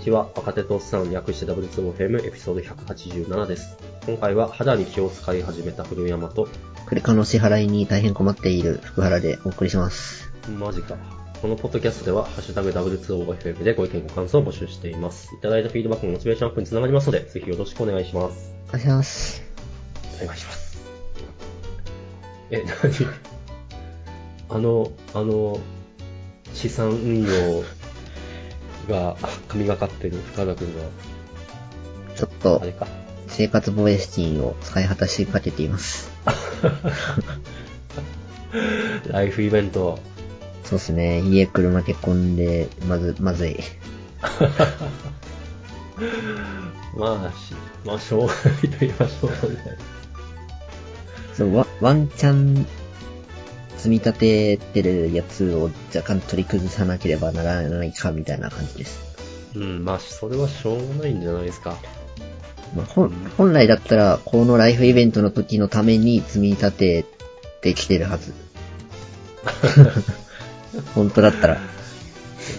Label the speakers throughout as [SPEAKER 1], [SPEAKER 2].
[SPEAKER 1] ちは。若手とおっさん略して W2FM エピソード187です。今回は肌に気を使い始めた古山と、
[SPEAKER 2] クレカの支払いに大変困っている福原でお送りします。
[SPEAKER 1] マジか。このポッドキャストでは、ハッシュタグ W2OFM でご意見ご感想を募集しています。いただいたフィードバックのモチベーションアップにつながりますので、ぜひよろしくお願いします。
[SPEAKER 2] お願いします。
[SPEAKER 1] お願いします。え、なに あの、あの、資産運用が神がかってる深田君が、
[SPEAKER 2] ちょっ
[SPEAKER 1] あ
[SPEAKER 2] と
[SPEAKER 1] れか。
[SPEAKER 2] 生活防衛資金を使い果たしかけています。
[SPEAKER 1] ライフイベント。
[SPEAKER 2] そうですね。家、車、結婚で、まず、まずい。
[SPEAKER 1] まあ、しまあ、しょうがないと言えばしょうがない。
[SPEAKER 2] そう、ワワンチャン、積み立ててるやつを若干取り崩さなければならないか、みたいな感じです。
[SPEAKER 1] うん、まあ、それはしょうがないんじゃないですか。
[SPEAKER 2] まあ、本本来だったら、このライフイベントの時のために積み立ててきてる はず。本当だったら。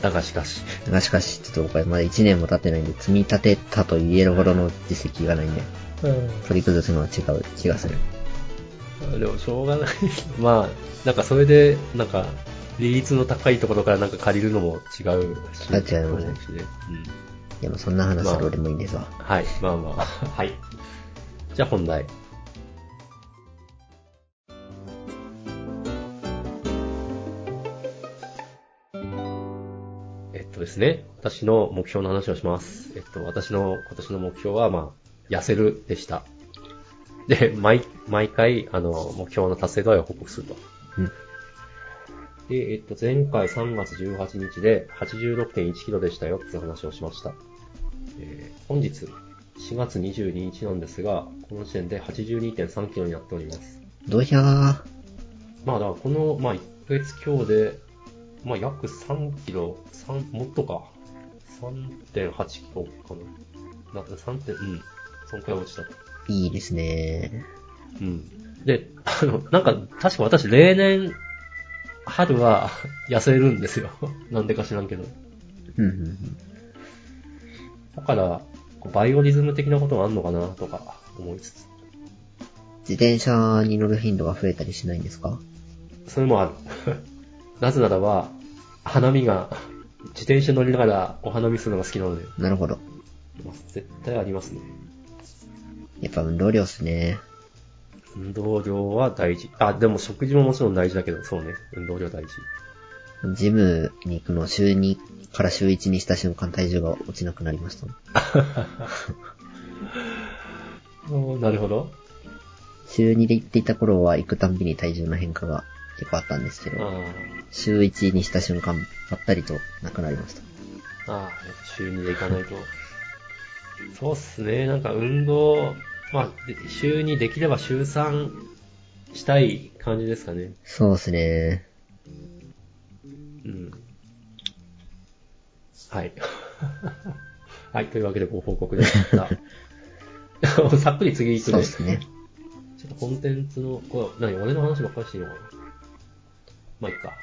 [SPEAKER 1] だがしかし。
[SPEAKER 2] がしかし、ちょっとこれまだ1年も経ってないんで、積み立てたと言えるほどの実績がないんで、取り崩すのは違う気がする。
[SPEAKER 1] でも、しょうがない。まあ、なんかそれで、なんか、利率の高いところからなんか借りるのも違うし。
[SPEAKER 2] あ違いま
[SPEAKER 1] う
[SPEAKER 2] すね
[SPEAKER 1] ん。
[SPEAKER 2] でもそんな話
[SPEAKER 1] ま
[SPEAKER 2] は
[SPEAKER 1] あ
[SPEAKER 2] どうでもいいんですわ。
[SPEAKER 1] はい、まあまあ。 はい。じゃあ本題。えっとですね、私の目標の話をします。えっと、私の今年の目標は、まあ、痩せるでした。で、毎、毎回、あの、目標の達成度合いを報告すると。
[SPEAKER 2] うん
[SPEAKER 1] で、えっと、前回3月18日で86.1キロでしたよって話をしました。えー本日4月22日なんですが、この時点で82.3キロになっております。
[SPEAKER 2] どうひゃー。
[SPEAKER 1] まあだからこの、まあ1ヶ月強で、まあ約3キロ、3、もっとか。3.8キロかな。な3点、うん。そんくらい落ちた。
[SPEAKER 2] いいですね。
[SPEAKER 1] うん。で、あの、なんか、確か私、例年、春は 痩せるんですよ。 なんでか知らんけど。
[SPEAKER 2] うんうんうん。
[SPEAKER 1] だから、こうバイオリズム的なことがあるのかな、とか、思いつつ。
[SPEAKER 2] 自転車に乗る頻度が増えたりしないんですか
[SPEAKER 1] それもある。 なぜならば、花見が、自転車乗りながらお花見するのが好きなので、
[SPEAKER 2] なるほど。
[SPEAKER 1] まあ絶対ありますね。
[SPEAKER 2] やっぱ運動量っすね。
[SPEAKER 1] 運動量は大事。あ、でも食事ももちろん大事だけど、そうね。運動量大事。
[SPEAKER 2] ジムに行くのを週2から週1にした瞬間体重が落ちなくなりました。
[SPEAKER 1] おーなるほど。
[SPEAKER 2] 週2で行っていた頃は行くたんびに体重の変化が結構あったんですけ
[SPEAKER 1] あ
[SPEAKER 2] ど、
[SPEAKER 1] ー
[SPEAKER 2] 週1にした瞬間ぱったりとなくなりました。
[SPEAKER 1] あー、やっぱ週2で行かないと。そうっすね。なんか運動、まあ、で週2できれば週3したい感じですかね。
[SPEAKER 2] そうですね。
[SPEAKER 1] うんはい。 はい、というわけでご報告でした。 さっくり次行くね。
[SPEAKER 2] そうで
[SPEAKER 1] ち
[SPEAKER 2] すね。
[SPEAKER 1] ょっとコンテンツの、これ、何、俺の話ばっかりしていいのかなまあ、いいか。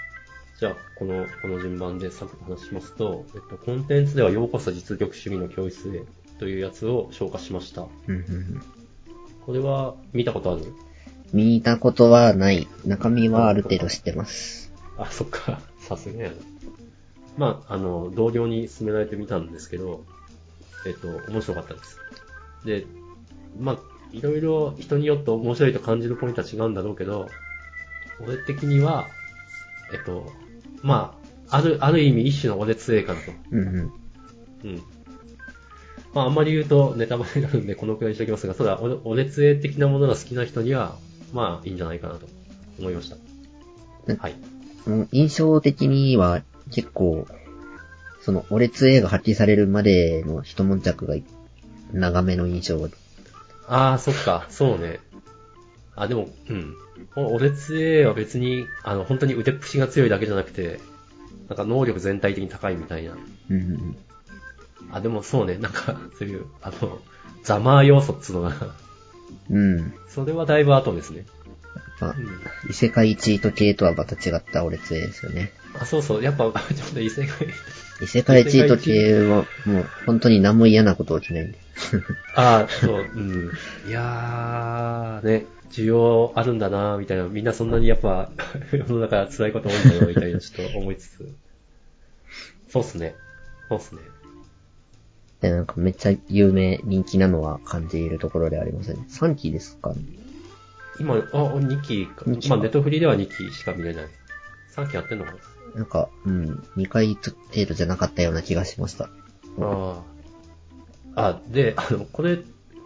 [SPEAKER 1] じゃあ、この、この順番でさっくり話しますと、えっと、コンテンツではようこそ実力主義の教室へというやつを消化しました。
[SPEAKER 2] うんうんうん
[SPEAKER 1] これは見たことある
[SPEAKER 2] 見たことはない。中身はある程度知ってます。
[SPEAKER 1] あ、そっか。 さすがやな。まあ、あの、同僚に勧められてみたんですけど、えっと、面白かったです。で、まあ、いろいろ人によって面白いと感じるポイントは違うんだろうけど、俺的には、えっと、まあ、ある、ある意味一種の俺強いかなと。
[SPEAKER 2] うんうん。
[SPEAKER 1] うん。まあ、あんまり言うとネタバレになるんで、このくらいにしておきますが、ただ、おお熱絵的なものが好きな人には、まあ、いいんじゃないかなと思いました。
[SPEAKER 2] え
[SPEAKER 1] はい。
[SPEAKER 2] もう印象的には結構、その、オレツ A が発揮されるまでの一悶着が長めの印象が、
[SPEAKER 1] ああ、そっか、そうね。あ、でも、うん。このオレツ A は別に、あの、本当に腕っぷしが強いだけじゃなくて、なんか能力全体的に高いみたいな。
[SPEAKER 2] うんうんうん。
[SPEAKER 1] あ、でもそうね、なんか、 そういう、あの、ザマー要素っつうのが、
[SPEAKER 2] うん。やっ
[SPEAKER 1] それはだいぶ後ですね。
[SPEAKER 2] ぱまあ
[SPEAKER 1] うん、
[SPEAKER 2] 異世界チート系とはまた違った俺強いですよね。
[SPEAKER 1] あ、そうそう、やっぱ、ちょっと異世界。
[SPEAKER 2] 異世界チート系は、もう、本当に何も嫌なこと起きないんで。
[SPEAKER 1] ああ、そう、うん。いやー、ね、需要あるんだなみたいな、みんなそんなにやっぱ、世の中辛いこと多いんだよ、みたいな、ちょっと思いつつ。そうっすね。そうっすね。
[SPEAKER 2] で、なんかめっちゃ有名、人気なのは感じるところではありません。3期ですか
[SPEAKER 1] 今、あ、2期か。
[SPEAKER 2] 二期
[SPEAKER 1] まあ、ネットフリーでは2期しか見れない。3期やってんのかな
[SPEAKER 2] なんか、うん、2回程度じゃなかったような気がしました。
[SPEAKER 1] ああ。あ、で、あの、これ、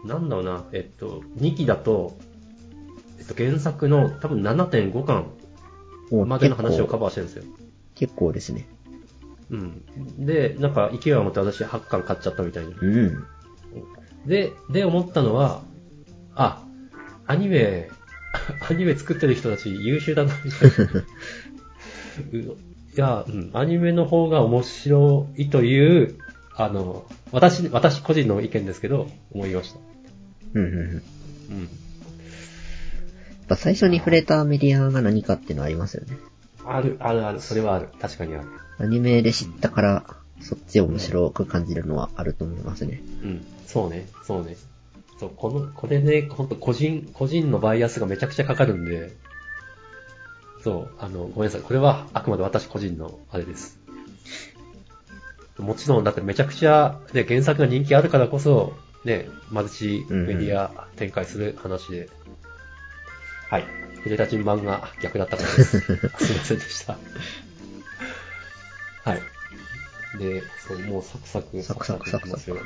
[SPEAKER 1] なんだろうな、えっと、2期だと、えっと、原作の多分7.5巻
[SPEAKER 2] も
[SPEAKER 1] までの話をカバーしてるんですよ。
[SPEAKER 2] 結構ですね。
[SPEAKER 1] うん。で、なんか、勢いを持って私8巻買っちゃったみたいに。
[SPEAKER 2] うん。
[SPEAKER 1] で、で、思ったのは、あ、アニメ、 アニメ作ってる人たち優秀だな、みたいな。ういや、うん、アニメの方が面白いという、あの、私、私個人の意見ですけど、思いました。
[SPEAKER 2] うん、うん、うん。
[SPEAKER 1] う
[SPEAKER 2] や
[SPEAKER 1] ん。
[SPEAKER 2] っぱ最初に触れたメディアが何かっていうのはありますよね。
[SPEAKER 1] ある、ある、ある、それはある。確かにある。
[SPEAKER 2] アニメで知ったから、そっちを面白く感じるのはあると思いますね。
[SPEAKER 1] うん、そうね、そうね。そう、この、これね、ほんと個人、個人のバイアスがめちゃくちゃかかるんで、そう、あの、ごめんなさい。これはあくまで私個人のあれです。もちろん、だってめちゃくちゃ、ね、原作が人気あるからこそ、ね、マルチメディア展開する話で、はい。筆立ちの漫画逆だったから です。すいませんでした。はい。で、そう、もうサクサク、
[SPEAKER 2] サクサク
[SPEAKER 1] いきますよ。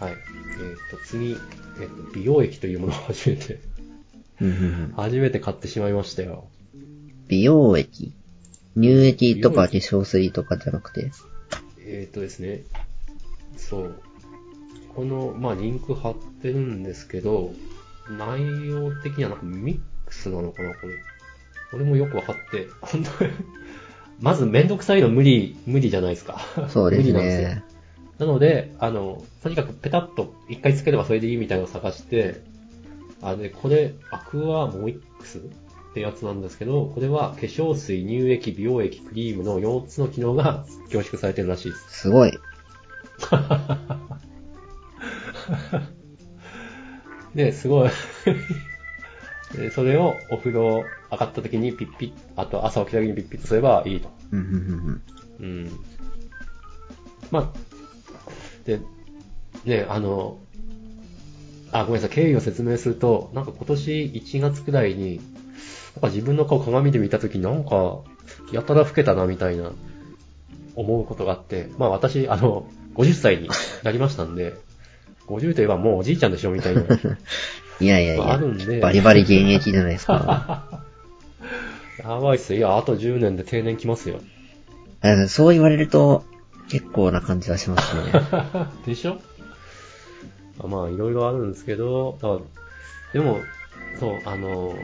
[SPEAKER 1] はい。えーっ、と、次、えーっと美容液というものを初めて、
[SPEAKER 2] うん、うん、うん。
[SPEAKER 1] 初めて買ってしまいましたよ。
[SPEAKER 2] 美容液乳液とか化粧水とかじゃなくて。
[SPEAKER 1] えーっ、とですね、そう。この、まあ、リンク貼ってるんですけど、内容的にはなんかミックスなのかな、これ。これもよくわかって、 本当にまずめんどくさいの無理、無理じゃないですか。
[SPEAKER 2] そうで す
[SPEAKER 1] 無理なんですよ
[SPEAKER 2] ね。
[SPEAKER 1] なので、あの、とにかくペタッと一回つければそれでいいみたいなのを探して、あ、で、これ、アクアモイックスってやつなんですけど、これは化粧水、乳液、美容液、クリームの4つの機能が凝縮されてるらしい です。
[SPEAKER 2] すごい。
[SPEAKER 1] で、すごいで。それをお風呂上がった時にピッピッ、あと朝起きた時にピッピッとすればいいと。
[SPEAKER 2] うん、うん、うんうん。
[SPEAKER 1] うん。まあ、で、ね、あの、あ、ごめんなさい、経緯を説明すると、なんか今年1月くらいに、なんか自分の顔鏡で見たとき、なんか、やたら老けたな、みたいな、思うことがあって、まあ私、あの、50歳になりましたんで、50といえばもうおじいちゃんでしょ、みたいな。
[SPEAKER 2] いやいやい
[SPEAKER 1] まああるんで
[SPEAKER 2] や。バリバリ現役じゃないで すか。
[SPEAKER 1] やばいっすよ。いや、あと10年で定年来ますよ。
[SPEAKER 2] あそう言われると、結構な感じはしますね。
[SPEAKER 1] でしょあまあ、いろいろあるんですけど、あでも、そう、あの、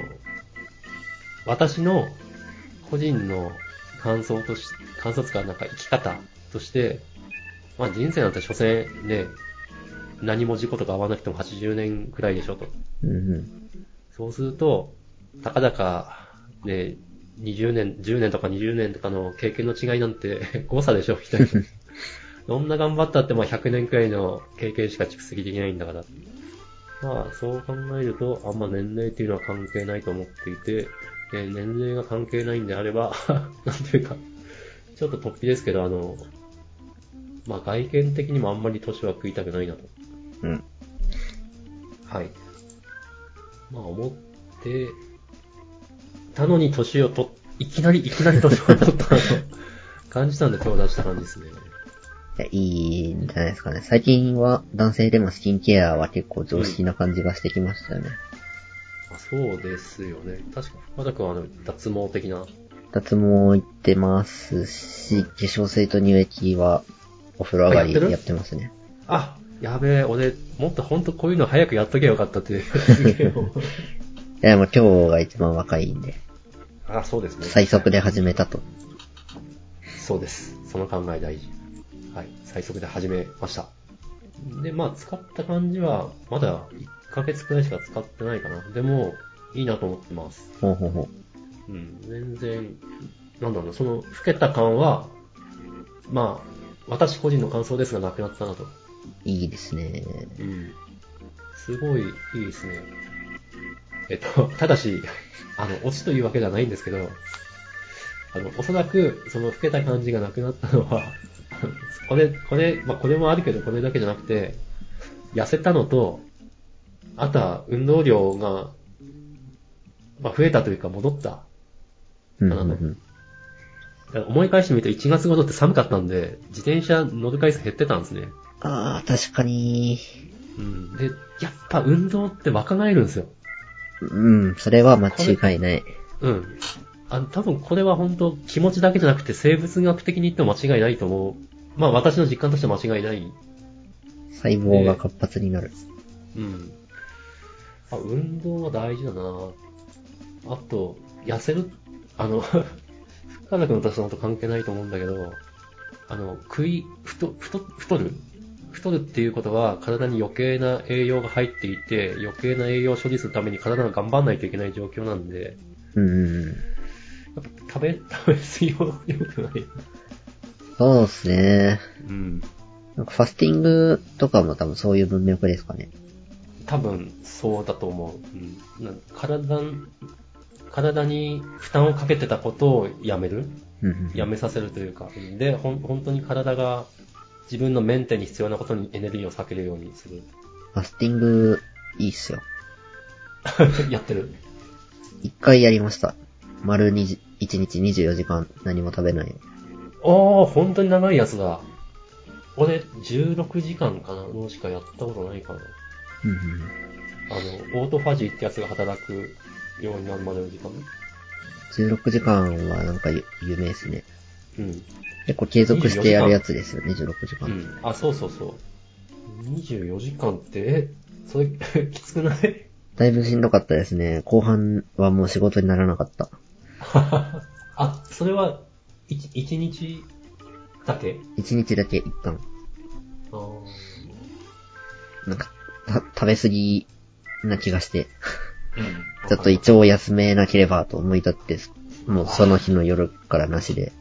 [SPEAKER 1] 私の個人の感想とし、感想つか、なんか生き方として、まあ人生なんて所詮ね、何も事故とか合わなくても80年くらいでしょと。
[SPEAKER 2] うんうん。
[SPEAKER 1] そうすると、たかだか、ね、20年、10年とか20年とかの経験の違いなんて 誤差でしょ、みたいな。どんな頑張ったって、まあ100年くらいの経験しか蓄積できないんだから。まあ、そう考えると、あんま年齢っていうのは関係ないと思っていて、えー年齢が関係ないんであれば、 なんていうか、ちょっと突飛ですけど、あの、まあ外見的にもあんまり年は食いたくないなと。
[SPEAKER 2] うん。
[SPEAKER 1] はい。まあ思って、たのに年をと、いきなり、いきなり年を取ったなと感じたんで手を出した感じですね。
[SPEAKER 2] いや、いいんじゃないですかね。最近は男性でもスキンケアは結構常識な感じがしてきましたよね。
[SPEAKER 1] まあ、そうですよね。確か、まだくんはあの、脱毛的な。
[SPEAKER 2] 脱毛行ってますし、化粧水と乳液はお風呂上がり
[SPEAKER 1] あやってる
[SPEAKER 2] やってますね。
[SPEAKER 1] あ、やべえ、俺、もっとほんとこういうの早くやっとけばよかったって。すげえ思う
[SPEAKER 2] いや、もう今日が一番若いんで、
[SPEAKER 1] あ、そうですね。
[SPEAKER 2] 最速で始めたと。
[SPEAKER 1] そうです。その考え大事。はい。最速で始めました。で、まあ、使った感じは、まだ1ヶ月くらいしか使ってないかな。でも、いいなと思ってます。
[SPEAKER 2] ほうほうほ
[SPEAKER 1] うん、全然、なんだろうな、その、老けた感は、まあ、私個人の感想ですが、なくなったなと。
[SPEAKER 2] う。いいですね。
[SPEAKER 1] うん。すごい、いいですね。えっと、ただし、あの、落ちというわけじゃないんですけど、あの、おそらく、その、老けた感じがなくなったのは、 あのこれ、これ、まあ、これもあるけど、これだけじゃなくて、痩せたのと、あとは、運動量が、まあ、増えたというか、戻った。
[SPEAKER 2] うん、う
[SPEAKER 1] あ
[SPEAKER 2] ん、
[SPEAKER 1] の
[SPEAKER 2] うん。
[SPEAKER 1] だから思い返してみると1月ごとって寒かったんで、自転車乗る回数減ってたんですね。
[SPEAKER 2] ああ、確かに。
[SPEAKER 1] うん。で、やっぱ運動って若返るんですよ。
[SPEAKER 2] うん、それは間違いない。
[SPEAKER 1] うん。あの、多分これは本当気持ちだけじゃなくて生物学的に言っても間違いないと思う。まあ私の実感としては間違いない。
[SPEAKER 2] 細胞が活発になる。
[SPEAKER 1] うん。あ、運動は大事だなあと、痩せる、あの、 深田君の私のこと関係ないと思うんだけど、あの、食い、太、太、太る太るっていうことは体に余計な栄養が入っていて、余計な栄養を処理するために体が頑張らないといけない状況なんで、
[SPEAKER 2] うんうんうん。
[SPEAKER 1] やっぱ食べ、食べ過ぎは良くない。
[SPEAKER 2] そうですね。
[SPEAKER 1] うん。
[SPEAKER 2] なんかファスティングとかも多分そういう文脈ですかね。
[SPEAKER 1] 多分そうだと思う。うん、なん体ん、体に負担をかけてたことをやめる
[SPEAKER 2] うんうん。
[SPEAKER 1] やめさせるというか。うんで、ほん本当に体が自分のメンテに必要なことにエネルギーを避けるようにする。
[SPEAKER 2] ファスティング、いいっすよ。
[SPEAKER 1] やってる。
[SPEAKER 2] 一回やりました。丸二時一日24時間何も食べない。
[SPEAKER 1] ああ、本当に長いやつだ。俺、16時間かなのしかやったことないかな。
[SPEAKER 2] うんうん。
[SPEAKER 1] あの、オートファジーってやつが働くようになるまでの時間。
[SPEAKER 2] 16時間はなんかゆ有名ですね。
[SPEAKER 1] うん。
[SPEAKER 2] 結構継続してやるやつですよね、16時
[SPEAKER 1] う
[SPEAKER 2] 間。
[SPEAKER 1] ん。あ、そうそうそう。24時間って、え、それ、 きつくない
[SPEAKER 2] だいぶしんどかったですね。後半はもう仕事にならなかった。
[SPEAKER 1] あ、それは、一一日だけ
[SPEAKER 2] 一日だけ一旦。
[SPEAKER 1] あー
[SPEAKER 2] なんか、た食べ過ぎな気がして、
[SPEAKER 1] うん
[SPEAKER 2] ちょっと胃腸を休めなければと思い立って、もうその日の夜からなしで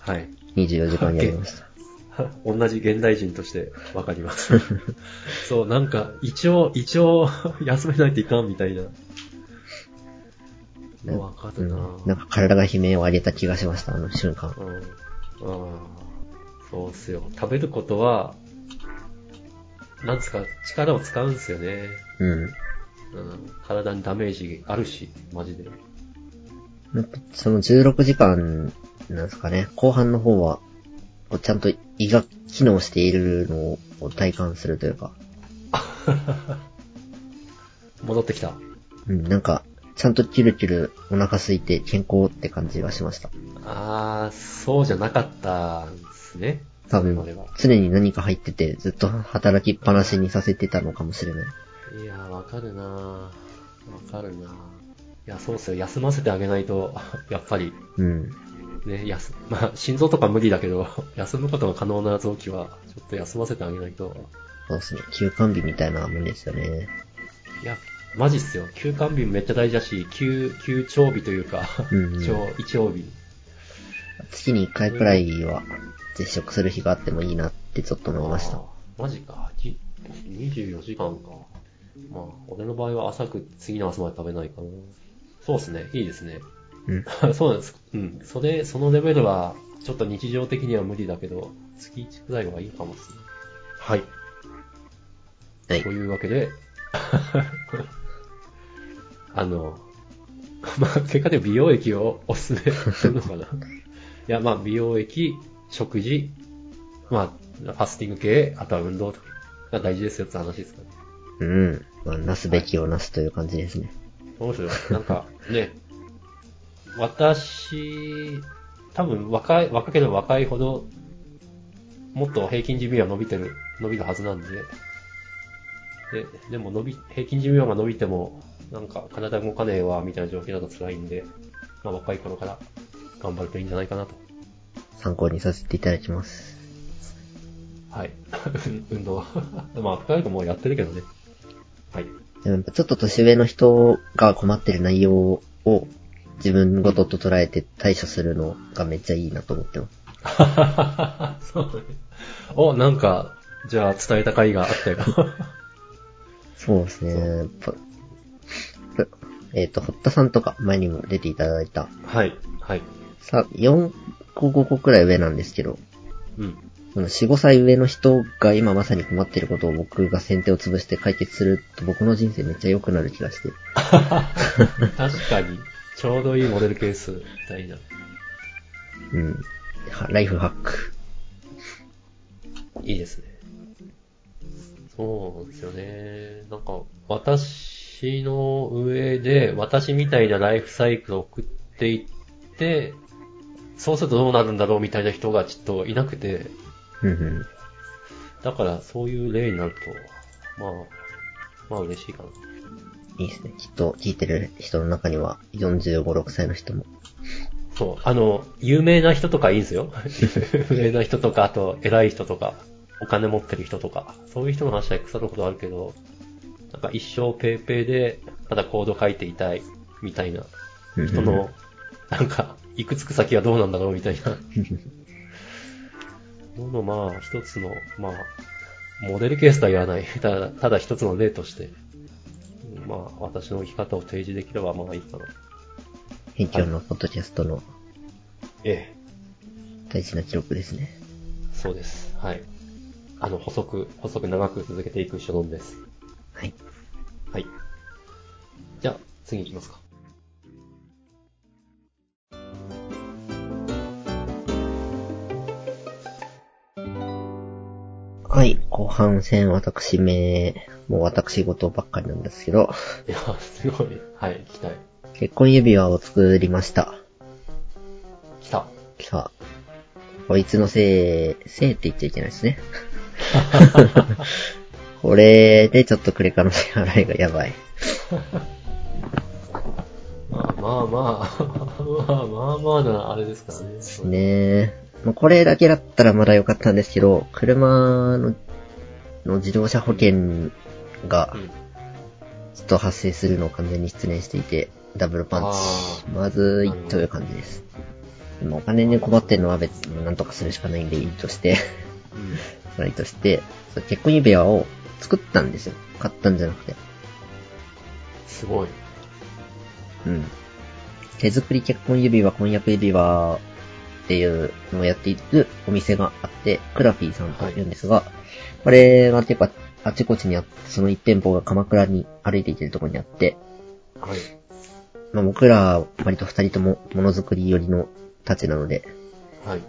[SPEAKER 1] はい。
[SPEAKER 2] 24時間やりました。
[SPEAKER 1] 同じ現代人としてわかります。 そう、なんか、一応、一応、 休めないといかんみたいな。
[SPEAKER 2] うん
[SPEAKER 1] わか
[SPEAKER 2] う
[SPEAKER 1] るなぁ
[SPEAKER 2] ん、なんか体が悲鳴を上げた気がしました、あの瞬間。
[SPEAKER 1] うん。うん。そうっすよ。食べることは、なんですか、力を使うんですよね。
[SPEAKER 2] うん。
[SPEAKER 1] うん。体にダメージあるし、マジで。
[SPEAKER 2] やっぱその16時間なんですかね、後半の方は、こうちゃんと胃が機能しているのを体感するというか、
[SPEAKER 1] 戻ってきた。
[SPEAKER 2] うん、なんか、ちゃんとキュルキュルお腹空いて健康って感じがしました。
[SPEAKER 1] あー、そうじゃなかったんですね。
[SPEAKER 2] 多
[SPEAKER 1] それ
[SPEAKER 2] 分
[SPEAKER 1] までは、
[SPEAKER 2] 常に何か入ってて、ずっと働きっぱなしにさせてたのかもしれない。
[SPEAKER 1] いやー、わかるなーわかるなーいや、そうっすよ。休ませてあげないと、 やっぱり、
[SPEAKER 2] うん。
[SPEAKER 1] ね、休、まあ、心臓とか無理だけど、 休むことが可能な臓器は、ちょっと休ませてあげないと。
[SPEAKER 2] そうですね。休館日みたいなもんですよね。
[SPEAKER 1] いや、マジっすよ。休館日もめっちゃ大事だし、休、休長日というか、
[SPEAKER 2] うん うん
[SPEAKER 1] 一応、一応日。
[SPEAKER 2] 月に1回くらいは、絶食する日があってもいいなってちょっと思いました
[SPEAKER 1] あ。ーマジか。じ24時間か。まあ、俺の場合は朝く、次の朝まで食べないかな。そうですね。いいですね。
[SPEAKER 2] う ん。
[SPEAKER 1] そうなんです。うん。それ、そのレベルは、ちょっと日常的には無理だけど、月1くらいはいいかもですね。はい。
[SPEAKER 2] はい
[SPEAKER 1] と。いうわけで、 あの、まあ、結果で美容液をおすすめするの かな。いや、まあ、美容液、食事、まあ、ファスティング系、あとは運動とかが大事ですよって話ですかね。
[SPEAKER 2] うん。まあ、なすべきをなすという感じですね。
[SPEAKER 1] そうですよ。なんか、ね、私、多分若い、若ければ若いほど、もっと平均寿命は伸びてる、伸びるはずなんで、で、でも伸び、平均寿命が伸びても、なんか体動かねえわ、みたいな状況だと辛いんで、まあ若い頃から頑張るといいんじゃないかなと。
[SPEAKER 2] 参考にさせていただきます。
[SPEAKER 1] はい。運動は。まあ、深い子もやってるけどね。はい。
[SPEAKER 2] でもやっぱちょっと年上の人が困ってる内容を自分ごとと捉えて対処するのがめっちゃいいなと思ってます。
[SPEAKER 1] そうね。お、なんか、じゃあ伝えた回があったよ。
[SPEAKER 2] そうですね。やっぱえっ、と、堀田さんとか前にも出ていただいた、
[SPEAKER 1] はい、はい。
[SPEAKER 2] さ、4個5個くらい上なんですけど、
[SPEAKER 1] うん。
[SPEAKER 2] この4、5歳上の人が今まさに困ってることを僕が先手を潰して解決すると僕の人生めっちゃ良くなる気がして。
[SPEAKER 1] 確かに、 ちょうどいいモデルケースみたいな。
[SPEAKER 2] うん。はライフハック。
[SPEAKER 1] いいですね。そうですよね。なんか、私の上で、私みたいなライフサイクルを送っていって、そうするとどうなるんだろうみたいな人がちょっといなくて、
[SPEAKER 2] うんうん。
[SPEAKER 1] だからそういう例になると、まあ、まあ嬉しいかな。
[SPEAKER 2] いいですね。きっと聞いてる人の中には45、6歳の人も。
[SPEAKER 1] そう、あの、有名な人とかいいんですよ。有名な人とか、あと、偉い人とか、お金持ってる人とか、そういう人の話は腐ることあるけど、なんか一生ペーペーで、ただコード書いていたい、みたいな
[SPEAKER 2] うんうん
[SPEAKER 1] 人の、なんか、行くつく先はどうなんだろう、みたいな。のの、まあ、一つの、まあ、モデルケースとは言わない。ただ、ただ一つの例として、まあ、私の生き方を提示できれば、まあいいかな。
[SPEAKER 2] 辺境のポッドキャストの
[SPEAKER 1] ええ。
[SPEAKER 2] 大事な記録ですね。
[SPEAKER 1] そうです。はい。あの、細く、細く長く続けていく所存です。
[SPEAKER 2] はい。
[SPEAKER 1] はい。じゃあ、次行きますか。
[SPEAKER 2] はい。後半戦、私め、もう私事ばっかりなんですけど、
[SPEAKER 1] いや、すごい。はい、来たい。
[SPEAKER 2] 結婚指輪を作りました。
[SPEAKER 1] 来た。
[SPEAKER 2] さあ、こいつのせい、せいって言っちゃいけないですね。これでちょっとクレカの支払いがやばい。
[SPEAKER 1] まあま あまあ、まあまあまあな、あれですからね。
[SPEAKER 2] ねえ。まあ、これだけだったらまだ良かったんですけど、車の、の自動車保険が
[SPEAKER 1] うん、
[SPEAKER 2] ちょっと発生するのを完全に失念していて、ダブルパンチ。まずいという感じです。でもお金に困ってるのは別に何とかするしかないんでいいとして、
[SPEAKER 1] うん。
[SPEAKER 2] まあいいとして、その結婚指輪を作ったんですよ。買ったんじゃなくて。
[SPEAKER 1] すごい。
[SPEAKER 2] うん。手作り結婚指輪、婚約指輪っていうのをやっているお店があって、クラフィーさんと言うんですが、これが結構あちこちにあって、その一店舗が鎌倉に歩いていけるところにあって、
[SPEAKER 1] はい。
[SPEAKER 2] まあ僕ら割と二人ともものづくり寄りのたちなので、
[SPEAKER 1] はい。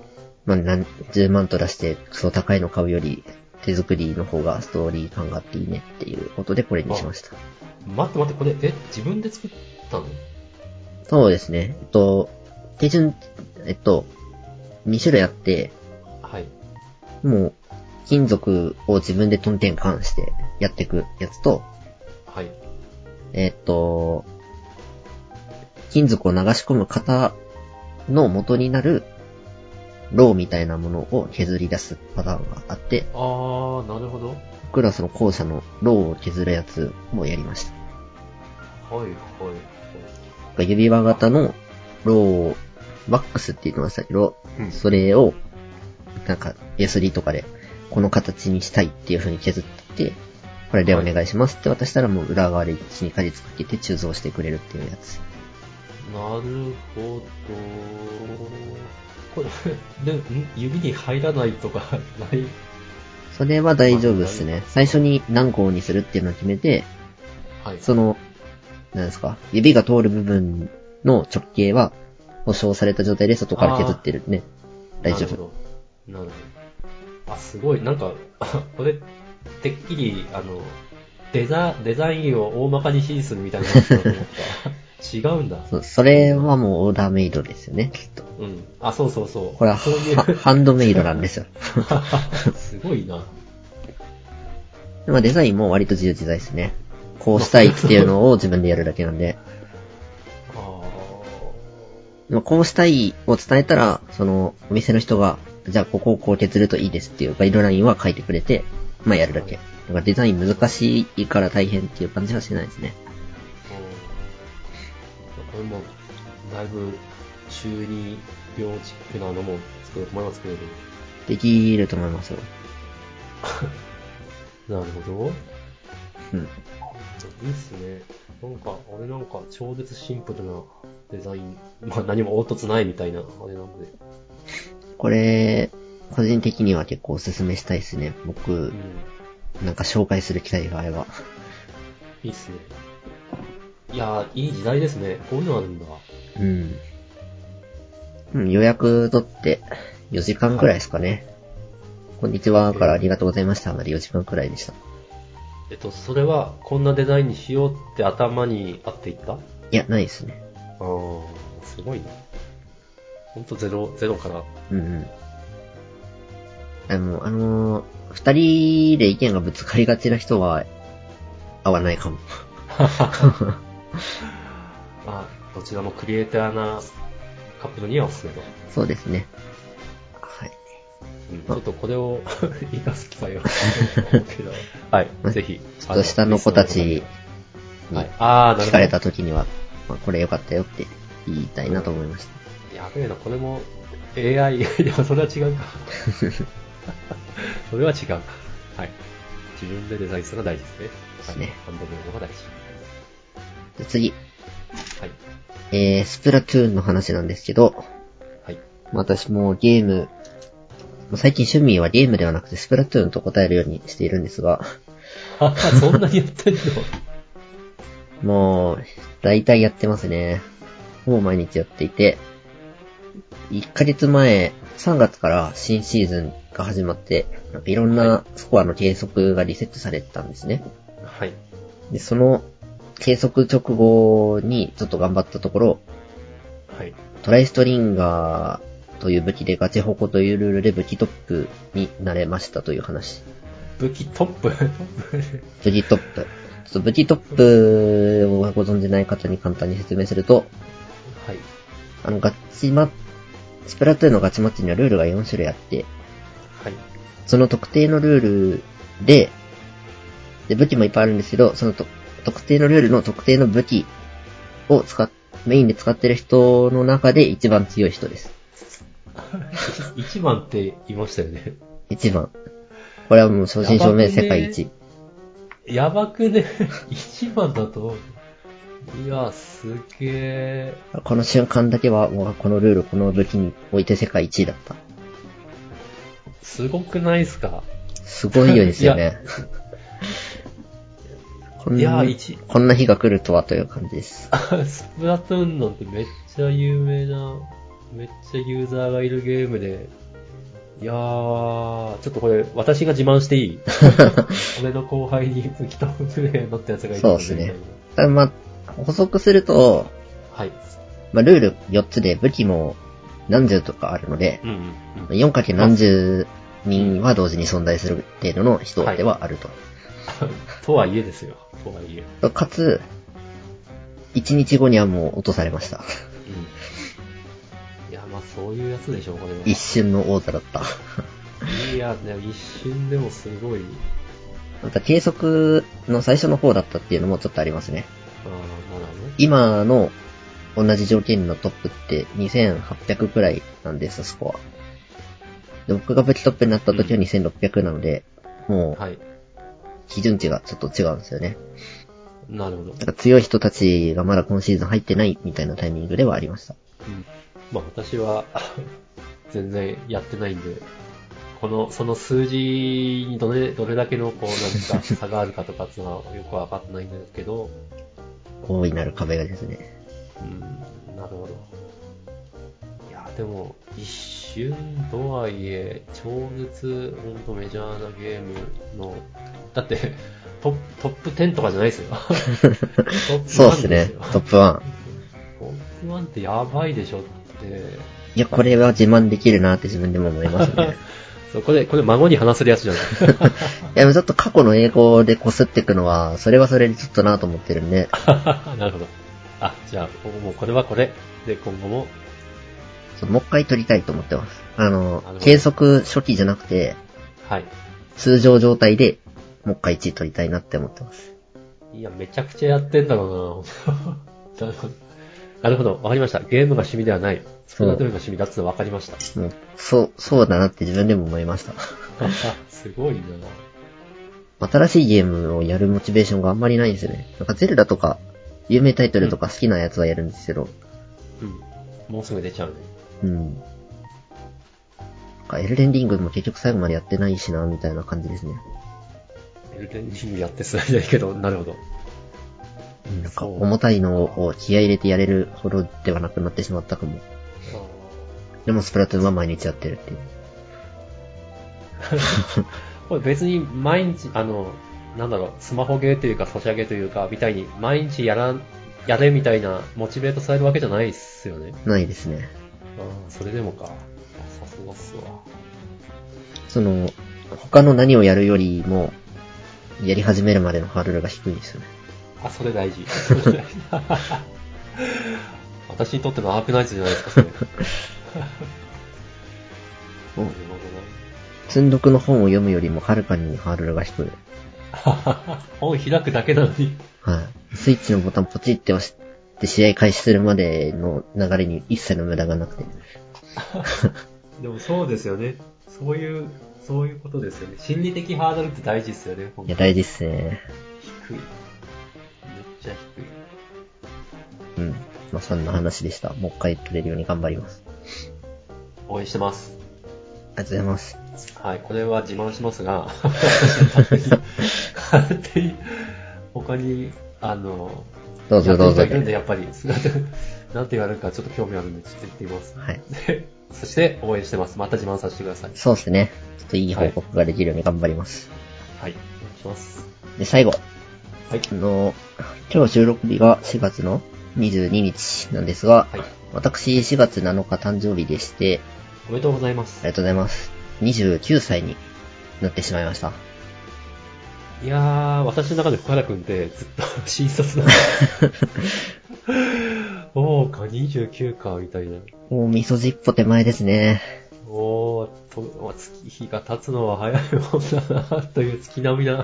[SPEAKER 2] まあ何十万と出してクソ高いの買うより、手作りの方がストーリー感があっていいねっていうことでこれにしました。
[SPEAKER 1] 待って待って、これ、え、自分で作ったの
[SPEAKER 2] そうですね。えっと、手順、えっと、2種類あって、
[SPEAKER 1] はい。
[SPEAKER 2] もう、金属を自分でトン転換してやっていくやつと、
[SPEAKER 1] はい。
[SPEAKER 2] えーっと、金属を流し込む型の元になる、ローみたいなものを削り出すパターンがあって、
[SPEAKER 1] あー、なるほど。は
[SPEAKER 2] 僕らはその後者のローを削るやつもやりました。
[SPEAKER 1] い、はい、はい。
[SPEAKER 2] 指輪型のローを、ワックスって言ってましたけど、
[SPEAKER 1] うん
[SPEAKER 2] それを、なんか、ヤスリとかで、この形にしたいっていう風に削って、これでお願いしますって渡したらもう裏側で一に舵つけて鋳造してくれるっていうやつ。
[SPEAKER 1] なるほど。これ、で、ん指に入らないとか ない
[SPEAKER 2] それは大丈夫っすね。最初に何号にするっていうのを決めて、
[SPEAKER 1] はい。
[SPEAKER 2] その、なんですか、指が通る部分の直径は保証された状態で外から削ってるね。大丈
[SPEAKER 1] なる
[SPEAKER 2] 夫。
[SPEAKER 1] ほど。なるほど。あ、すごい。なんか、 あこれ、てっきり、あの、デザ、デザインを大まかに指示するみたいな話だと思 った。違うんだ。
[SPEAKER 2] そうそれはもうオーダーメイドですよね、きっと。
[SPEAKER 1] うん。あ、そうそうそう。
[SPEAKER 2] これは
[SPEAKER 1] そう いう
[SPEAKER 2] は、ハンドメイドなんですよ。
[SPEAKER 1] すごいな。
[SPEAKER 2] まあデザインも割と自由自在ですね。こうしたいっていうのを自分でやるだけなんで。
[SPEAKER 1] あー
[SPEAKER 2] まあこうしたいを伝えたら、そのお店の人が、じゃあここをこう削るといいですっていうガイドラインは書いてくれて、まあやるだけ。だからデザイン難しいから大変っていう感じはしないですね。
[SPEAKER 1] これも、だいぶ、中二病チックなのも作ろうと思えば作れる。
[SPEAKER 2] できると思いますよ。
[SPEAKER 1] なるほど。
[SPEAKER 2] うん。
[SPEAKER 1] いいっすね。なんか、俺なんか超絶シンプルなデザイン。まあ何も凹凸ないみたいな、あれなので。
[SPEAKER 2] これ、個人的には結構おすすめしたいですね。僕
[SPEAKER 1] う、ん。
[SPEAKER 2] なんか紹介する機会があれば。
[SPEAKER 1] いいっすね。いやー、いい時代ですね。こういうのあるんだ。
[SPEAKER 2] うん。うん、予約取って4時間くらいですかね。こんにちはからありがとうございましたまで4時間くらいでした。
[SPEAKER 1] えっと、それは、こんなデザインにしようって頭にあっていったあ
[SPEAKER 2] いや、ないですね。
[SPEAKER 1] ー、すごいね。ほんとゼロ、ゼロから。
[SPEAKER 2] うんうん。あの、あのー二人で意見がぶつかりがちな人は、合わないかも。
[SPEAKER 1] まあ、どちらもクリエイターなカップルにはおすすめだ。
[SPEAKER 2] そうですね。はい。
[SPEAKER 1] うんちょっとこれを 生かす機会を。はい、 ぜひ。
[SPEAKER 2] ちょっと下の子たち
[SPEAKER 1] あの。
[SPEAKER 2] に
[SPEAKER 1] はい、ああ、なるほど。
[SPEAKER 2] 聞かれた時には、まあ、これ良かったよって言いたいなと思いました。
[SPEAKER 1] やべえな、これも AI、いや、それは違うか。それは違うか。はい。自分でデザインするのが大事ですね。
[SPEAKER 2] すね
[SPEAKER 1] ハンドルの方が大事。
[SPEAKER 2] で次、
[SPEAKER 1] はい。
[SPEAKER 2] えー、スプラトゥーンの話なんですけど、
[SPEAKER 1] はい。
[SPEAKER 2] まあ私もゲーム、まあ最近趣味はゲームではなくてスプラトゥーンと答えるようにしているんですが、
[SPEAKER 1] あそんなにやってんの
[SPEAKER 2] もう、大体やってますね。ほぼ毎日やっていて、1ヶ月前、3月から新シーズンが始まって、なんかいろんなスコアの計測がリセットされてたんですね。
[SPEAKER 1] はい。
[SPEAKER 2] で、その計測直後にちょっと頑張ったところ、
[SPEAKER 1] はい。
[SPEAKER 2] トライストリンガーという武器でガチホコというルールで武器トップになれましたという話。
[SPEAKER 1] 武器トップトップ
[SPEAKER 2] 武器トップ。ちょっと武器トップをご存じない方に簡単に説明すると、
[SPEAKER 1] はい。
[SPEAKER 2] あの、ガチマッ、スプラトゥーンのガチマッチにはルールが4種類あって、
[SPEAKER 1] はい。
[SPEAKER 2] その特定のルールで、で、武器もいっぱいあるんですけど、そのと特定のルールの特定の武器を使っ、メインで使ってる人の中で一番強い人です。
[SPEAKER 1] 一番って言いましたよね。
[SPEAKER 2] 一番。これはもう正真正銘
[SPEAKER 1] やばくね
[SPEAKER 2] 世界一。
[SPEAKER 1] やばくね一番だと。いや、すげえ。
[SPEAKER 2] この瞬間だけは、もうこのルール、この武器において世界一位だった。
[SPEAKER 1] すごくないですか
[SPEAKER 2] すごいよですよね。こん
[SPEAKER 1] いや
[SPEAKER 2] な
[SPEAKER 1] ー、一、
[SPEAKER 2] こんな日が来るとはという感じです。
[SPEAKER 1] あスプラトゥーンなんてめっちゃ有名な、めっちゃユーザーがいるゲームで、いやー、ちょっとこれ、私が自慢してい い俺の後輩に武器トップで乗ったやつがいるん
[SPEAKER 2] そうですね。ただまあ、補足すると、
[SPEAKER 1] はい。
[SPEAKER 2] まあ、ルール4つで武器も何十とかあるので、
[SPEAKER 1] うんうんうん。
[SPEAKER 2] 4かけ何十人は同時に存在する程度の人ではあると。
[SPEAKER 1] とはいえですよ。とはいえ。
[SPEAKER 2] とかつ、1日後にはもう落とされ ました。
[SPEAKER 1] うん。いや、まあそういうやつでしょ、これは。
[SPEAKER 2] 一瞬の王座だった。
[SPEAKER 1] いや、でも一瞬でもすごい。
[SPEAKER 2] また計測の最初の方だったっていうのもちょっとありますね。
[SPEAKER 1] ああ、なるほどね。
[SPEAKER 2] 今の同じ条件のトップって2800くらいなんです、スコア。で僕が武器トップになった時は2600なので、もう
[SPEAKER 1] はい。
[SPEAKER 2] 基準値がちょっと違うんですよね。
[SPEAKER 1] なるほど
[SPEAKER 2] な。んか強い人たちがまだ今シーズン入ってないみたいなタイミングではありました。
[SPEAKER 1] うんまあ私は 全然やってないんで、この、その数字にどれどれだけのこうなんか差があるかとかっていうのはよくわかってないんだけど、
[SPEAKER 2] 大いなる壁がですね。
[SPEAKER 1] うん、なるほど。いや、でも一瞬とはいえ、超絶、ほんとメジャーなゲームの、だってトップトップ10とかじゃないです よ。トップ
[SPEAKER 2] そうで
[SPEAKER 1] 1
[SPEAKER 2] す
[SPEAKER 1] です
[SPEAKER 2] ね
[SPEAKER 1] よ。。
[SPEAKER 2] トップ1。
[SPEAKER 1] トップ1ってやばいでしょって。
[SPEAKER 2] いや、これは自慢できるなって自分でも思いますね。
[SPEAKER 1] そう、これ、これ孫に話せるやつじゃない
[SPEAKER 2] いや、でもちょっと過去の英語で擦っていくのは、それはそれでちょっとなと思ってるんで、
[SPEAKER 1] なるほど。あ、じゃあ、今後もこれはこれ。で、今後も。
[SPEAKER 2] ちょっともう一回撮りたいと思ってます。あの
[SPEAKER 1] なるほど、
[SPEAKER 2] 計測初期じゃなくて、
[SPEAKER 1] はい。
[SPEAKER 2] 通常状態で、もう一回1位取りたいなって思ってます。
[SPEAKER 1] いや、めちゃくちゃやってんだろうな なるほどなるほど、わかりました。ゲームが趣味ではない。作り手が趣味だっつうの分かりました。
[SPEAKER 2] もう、そう、そうだなって自分でも思いました。
[SPEAKER 1] すごいな
[SPEAKER 2] 新しいゲームをやるモチベーションがあんまりないんですよね。なんかゼルダとか、有名タイトルとか好きなやつはやるんですけど、
[SPEAKER 1] うん。もうすぐ出ちゃうね。
[SPEAKER 2] うん。なんかエルデンリングも結局最後までやってないしな、みたいな感じですね。
[SPEAKER 1] エルデンリングやってすらいないけど、なるほど。
[SPEAKER 2] うんなんか
[SPEAKER 1] そう
[SPEAKER 2] 重たいのを気合い入れてやれるほどではなくなってしまったかも。でもスプラトゥーンは毎日やってるっていう。
[SPEAKER 1] これ別に毎日、あの、なんだろう、スマホゲーというか、ソシャゲというか、みたいに、毎日やらん、やれみたいな、モチベートされるわけじゃないっすよね。
[SPEAKER 2] ないですね。
[SPEAKER 1] ああ、それでもか。さすがっすわ。
[SPEAKER 2] その、他の何をやるよりも、やり始めるまでのハードルが低いんですよね。
[SPEAKER 1] あ、それ大事。 私にとってのアークナイツじゃないですか、それ。なる
[SPEAKER 2] もう
[SPEAKER 1] ほ
[SPEAKER 2] 積んどくの本を読むよりもはるかにハードルが低い。
[SPEAKER 1] どな。 本開くだけなのに。
[SPEAKER 2] はい。スイッチのボタンポチって押して試合開始するまでの流れに一切の無駄がなくて。
[SPEAKER 1] でもそうですよね。そういう、そういうことですよね。心理的ハードルって大事ですよね、本
[SPEAKER 2] いや、大事っすね。
[SPEAKER 1] 低い。めっちゃ低い。
[SPEAKER 2] うん。まあ、そんな話でした。もう一回取れるように頑張ります。
[SPEAKER 1] 応援してます。
[SPEAKER 2] ありがとうございます。
[SPEAKER 1] はい、これは自慢します が、勝手に勝手に、他に、あの、
[SPEAKER 2] どうぞどうぞ
[SPEAKER 1] やってる人いるんで、やっぱり、 それはなんて言われるかちょっと興味あるんで、ちょっと言ってみます。
[SPEAKER 2] はい。
[SPEAKER 1] でそして、応援してます。また自慢させてください。
[SPEAKER 2] そうですね。ちょっといい報告ができるように頑張ります。
[SPEAKER 1] はい、お願いします。
[SPEAKER 2] で、最後。
[SPEAKER 1] はい、
[SPEAKER 2] あの、今日収録日が4月の22日なんですが、
[SPEAKER 1] はい、
[SPEAKER 2] 私4月7日誕生日でして、
[SPEAKER 1] おめでとうございま
[SPEAKER 2] あ
[SPEAKER 1] す
[SPEAKER 2] り。がとうございます。29歳になってしまいました。
[SPEAKER 1] いやー、私の中で福原くんってずっと 新卒なんだ。おーか、29か、みたいな。
[SPEAKER 2] もう味噌じっぽ手前ですね。
[SPEAKER 1] おーと、月日が経つのは早いもんだな、 という月並みな、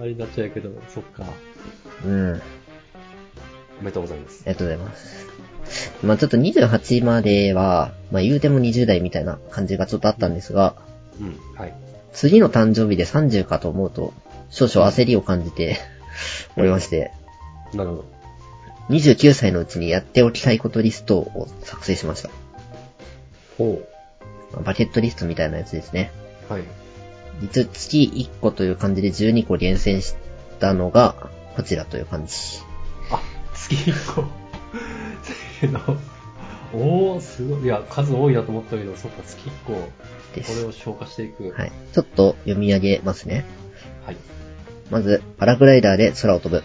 [SPEAKER 1] あれになっちゃうけど、そっか。
[SPEAKER 2] うん。
[SPEAKER 1] おめでとうございます。
[SPEAKER 2] ありがとうございます。まあちょっと28までは、まあ言うても20代みたいな感じがちょっとあったんですが、
[SPEAKER 1] うん、はい。
[SPEAKER 2] 次の誕生日で30かと思うと、少々焦りを感じて おりまして、
[SPEAKER 1] なるほど。
[SPEAKER 2] 29歳のうちにやっておきたいことリストを作成しました。
[SPEAKER 1] おう
[SPEAKER 2] まあバケットリストみたいなやつですね。
[SPEAKER 1] はい。
[SPEAKER 2] 一応月1個という感じで12個厳選したのが、こちらという感じ。
[SPEAKER 1] あ、月1個。せーの。おー、すごい。いや、数多いなと思ったけど、そっか、月1個。こ
[SPEAKER 2] で
[SPEAKER 1] れ
[SPEAKER 2] す。
[SPEAKER 1] を消化していく。
[SPEAKER 2] はい。ちょっと読み上げますね。
[SPEAKER 1] はい。
[SPEAKER 2] まず、パラグライダーで空を飛ぶ。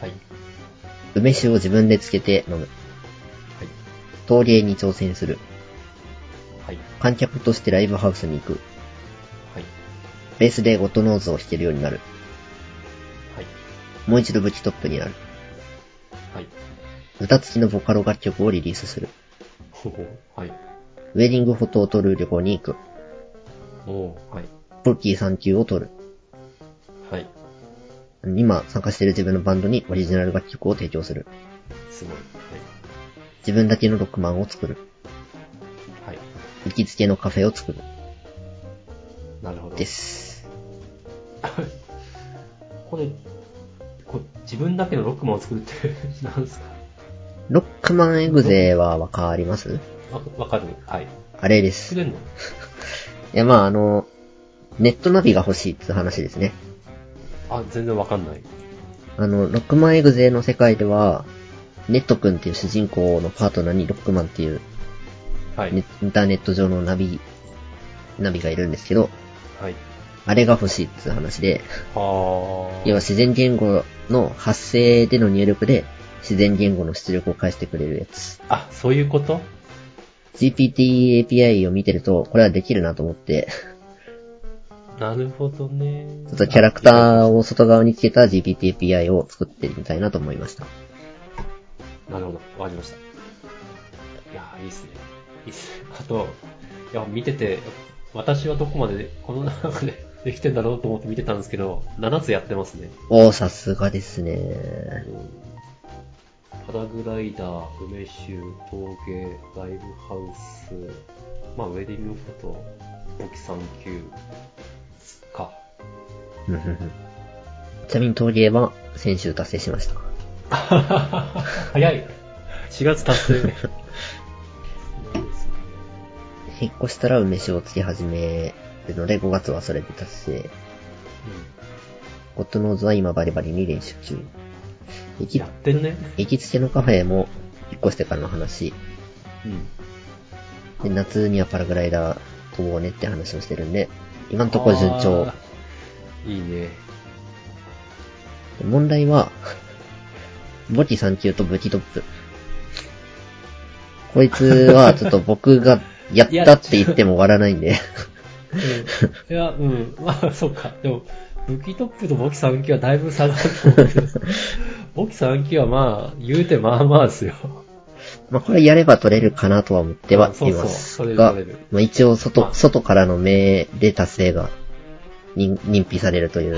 [SPEAKER 1] はい。
[SPEAKER 2] 梅酒を自分でつけて飲む。
[SPEAKER 1] はい。
[SPEAKER 2] 陶芸に挑戦する。
[SPEAKER 1] はい。
[SPEAKER 2] 観客としてライブハウスに行く。
[SPEAKER 1] はい。
[SPEAKER 2] ベースでゴッドノーズを弾けるようになる。
[SPEAKER 1] はい。
[SPEAKER 2] もう一度武器トップになる。
[SPEAKER 1] はい。
[SPEAKER 2] 歌付きのボカロ楽曲をリリースする。
[SPEAKER 1] ほほ。はい。
[SPEAKER 2] ウェディングフォトを撮る旅行に行く。
[SPEAKER 1] おー、はい。
[SPEAKER 2] ポルキー3級を撮る。
[SPEAKER 1] はい。
[SPEAKER 2] 今参加している自分のバンドにオリジナル楽曲を提供する。
[SPEAKER 1] すごい。
[SPEAKER 2] 自分だけのロックマンを作る。
[SPEAKER 1] はい。はい。
[SPEAKER 2] 行きつけのカフェを作る。
[SPEAKER 1] なるほど。
[SPEAKER 2] です。
[SPEAKER 1] これ、こう自分だけのロックマンを作るって、なんですか
[SPEAKER 2] ロックマンエグゼはわかります
[SPEAKER 1] わわかるはい。
[SPEAKER 2] あれです
[SPEAKER 1] 作。れんの
[SPEAKER 2] いや、まあ、あの、ネットナビが欲しいって話ですね。
[SPEAKER 1] あ、全然わかんない。
[SPEAKER 2] あの、ロックマンエグゼの世界では、ネット君っていう主人公のパートナーにロックマンっていう
[SPEAKER 1] はい。
[SPEAKER 2] ネインターネット上のナビ、ナビがいるんですけど、
[SPEAKER 1] はい。
[SPEAKER 2] あれが欲しいって話で、
[SPEAKER 1] は
[SPEAKER 2] 要
[SPEAKER 1] ー
[SPEAKER 2] は自然言語の発生での入力で、自然言語の出力を返してくれるやつ。
[SPEAKER 1] あ、そういうこと
[SPEAKER 2] GPT API を見てると、これはできるなと 思って、
[SPEAKER 1] なるほどね。
[SPEAKER 2] ちょっとキャラクター
[SPEAKER 1] を。
[SPEAKER 2] を外側につけた GPT API を作ってみたいなと思いました。
[SPEAKER 1] なるほど。わかりました。いやー、いいっすね。いいっすね。あと、いや、見てて、私はどこまで、この中で できてんだろうと思って見てたんですけど、7つやってますね。
[SPEAKER 2] おー、さすがですね。
[SPEAKER 1] うんパラグライダー、梅酒、陶芸、ライブハウス、まあ、ウェディングフォト、沖三級 か。
[SPEAKER 2] うんうんうんちなみに陶芸は先週達成しました。
[SPEAKER 1] 早い !4 月 達成。そうですね
[SPEAKER 2] 引っ越したら梅酒をつけ始めるので、5月はそれで達成。ゴッドノーズは今バリバリに練習中。行
[SPEAKER 1] うん
[SPEAKER 2] き
[SPEAKER 1] や、ってるね。
[SPEAKER 2] 行きつけのカフェも引っ越してからの話。
[SPEAKER 1] うん。
[SPEAKER 2] で、夏にはパラグライダー飛ぼうねって話をしてるんで、今のところ順調
[SPEAKER 1] あ。ー。いいね。
[SPEAKER 2] で問題は、簿記3級と武器トップ。こいつはちょっと僕がやったって言っても終わらないんで。
[SPEAKER 1] うん、いや、うん。まあ、そっか。でも、武器トップとボキ3級はだいぶ差があると思うけど、ボキ3級はまあ、言うてまあまあですよ。
[SPEAKER 2] まあこれやれば取れるかなとは思っては
[SPEAKER 1] うん
[SPEAKER 2] い
[SPEAKER 1] そうそう
[SPEAKER 2] ます
[SPEAKER 1] 取れる
[SPEAKER 2] が
[SPEAKER 1] 取れる、
[SPEAKER 2] まあ一応
[SPEAKER 1] まあ
[SPEAKER 2] 外、外からの命で達成が認認否されるという。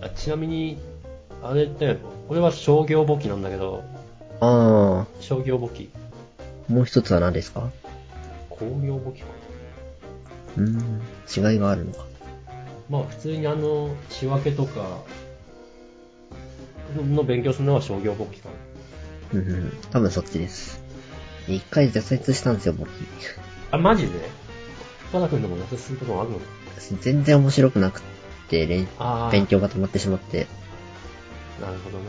[SPEAKER 1] あちなみに、あれだよ、俺は商業簿記なんだけど、
[SPEAKER 2] あ
[SPEAKER 1] 商業簿記、
[SPEAKER 2] あ、もう一つは何ですか
[SPEAKER 1] 工業簿記か
[SPEAKER 2] うーん、違いがあるのか。
[SPEAKER 1] な。まあ、普通にあの、仕分けとか、の勉強するのは商業簿記かな。
[SPEAKER 2] うんうんうん、多分そっちです。で一回挫折したんですよ、僕。
[SPEAKER 1] あ、マジで深田君でも挫折することもあるの
[SPEAKER 2] 全然面白くなくって、れん
[SPEAKER 1] ああ、
[SPEAKER 2] 勉強が止まってしまって、
[SPEAKER 1] なるほどな。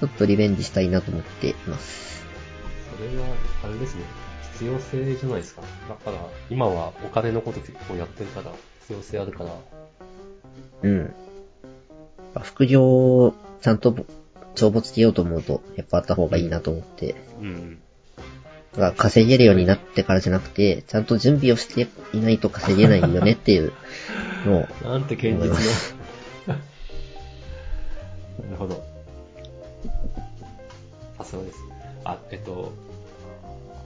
[SPEAKER 2] ちょっとリベンジしたいなと思っています。
[SPEAKER 1] それは、あれですね。必要性じゃないですか。だから、今はお金のこと結構やってるから、必要性あるから。
[SPEAKER 2] うん。まあ副業をちゃんと帳簿つけようと思うと、やっぱあった方がいいなと思って、
[SPEAKER 1] うん。
[SPEAKER 2] だから稼げるようになってからじゃなくて、ちゃんと準備をしていないと稼げないよねっていうのを、
[SPEAKER 1] なんて堅実
[SPEAKER 2] 思い
[SPEAKER 1] な
[SPEAKER 2] ま。
[SPEAKER 1] なるほど。さすがです。あ、えっと、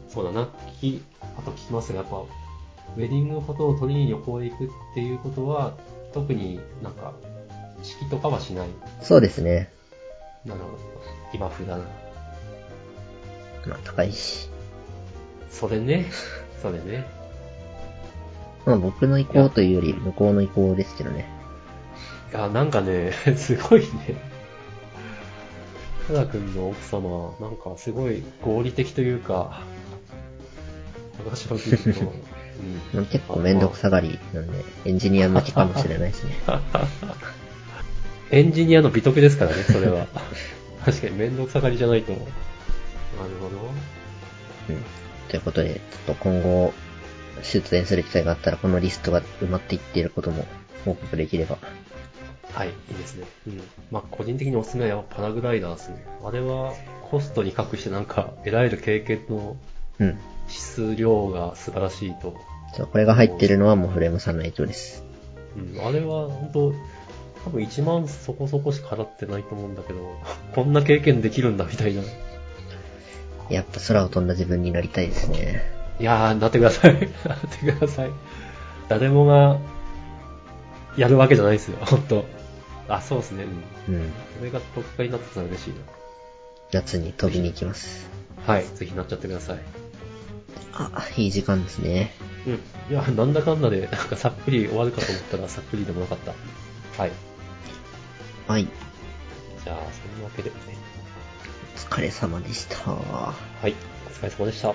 [SPEAKER 1] そうだな。聞き、あと聞きますが、やっぱ、ウェディングフォトを撮りに旅行へ行くっていうことは、特になんか、式とかはしない。
[SPEAKER 2] そうですね。
[SPEAKER 1] なるほど。今風だな。
[SPEAKER 2] まあ高いし。
[SPEAKER 1] それね。それね。
[SPEAKER 2] まあ僕の意向というより向こうの意向ですけどね。
[SPEAKER 1] いや、なんかね、 すごいね。福田君の奥様、なんかすごい合理的というか、話を聞くと、う
[SPEAKER 2] まあ結構めんどくさがりなんで、エンジニア向きかもしれないですね。
[SPEAKER 1] エンジニアの美徳ですからね、それは。確かに面倒くさがりじゃないと。なるほど。
[SPEAKER 2] うん。ということで、ちょっと今後、出演する機会があったら、このリストが埋まっていっていることも報告できれば。
[SPEAKER 1] はい、いいですね。うん。まあ、個人的におすすめはパラグライダーですね。あれはコストに隠してなんか、得られる経験の
[SPEAKER 2] うん。
[SPEAKER 1] 質量が素晴らしいと
[SPEAKER 2] そう、これが入ってるのはもうフレームさんの影響です。
[SPEAKER 1] うん、あれは本当、多分1万そこそこしか払ってないと思うんだけど、 こんな経験できるんだみたいな。い
[SPEAKER 2] やっぱ空を飛んだ自分になりたいですね。
[SPEAKER 1] やー、なってください。 なってください。誰もが、やるわけじゃないですよ、本当あ、そうですね。うん。
[SPEAKER 2] うん。
[SPEAKER 1] それが特化になってたら嬉しい
[SPEAKER 2] 夏に飛びに行きます。
[SPEAKER 1] な。はい。ぜひなっちゃってください。
[SPEAKER 2] あ、いい時間ですね。
[SPEAKER 1] うん。いや、なんだかんだで、なんかさっくり終わるかと思ったら、さっくりでもなかった。はい。
[SPEAKER 2] はい。
[SPEAKER 1] じゃあ、そんなわけで、
[SPEAKER 2] お疲れ様でした。
[SPEAKER 1] はい。お疲れ様でした。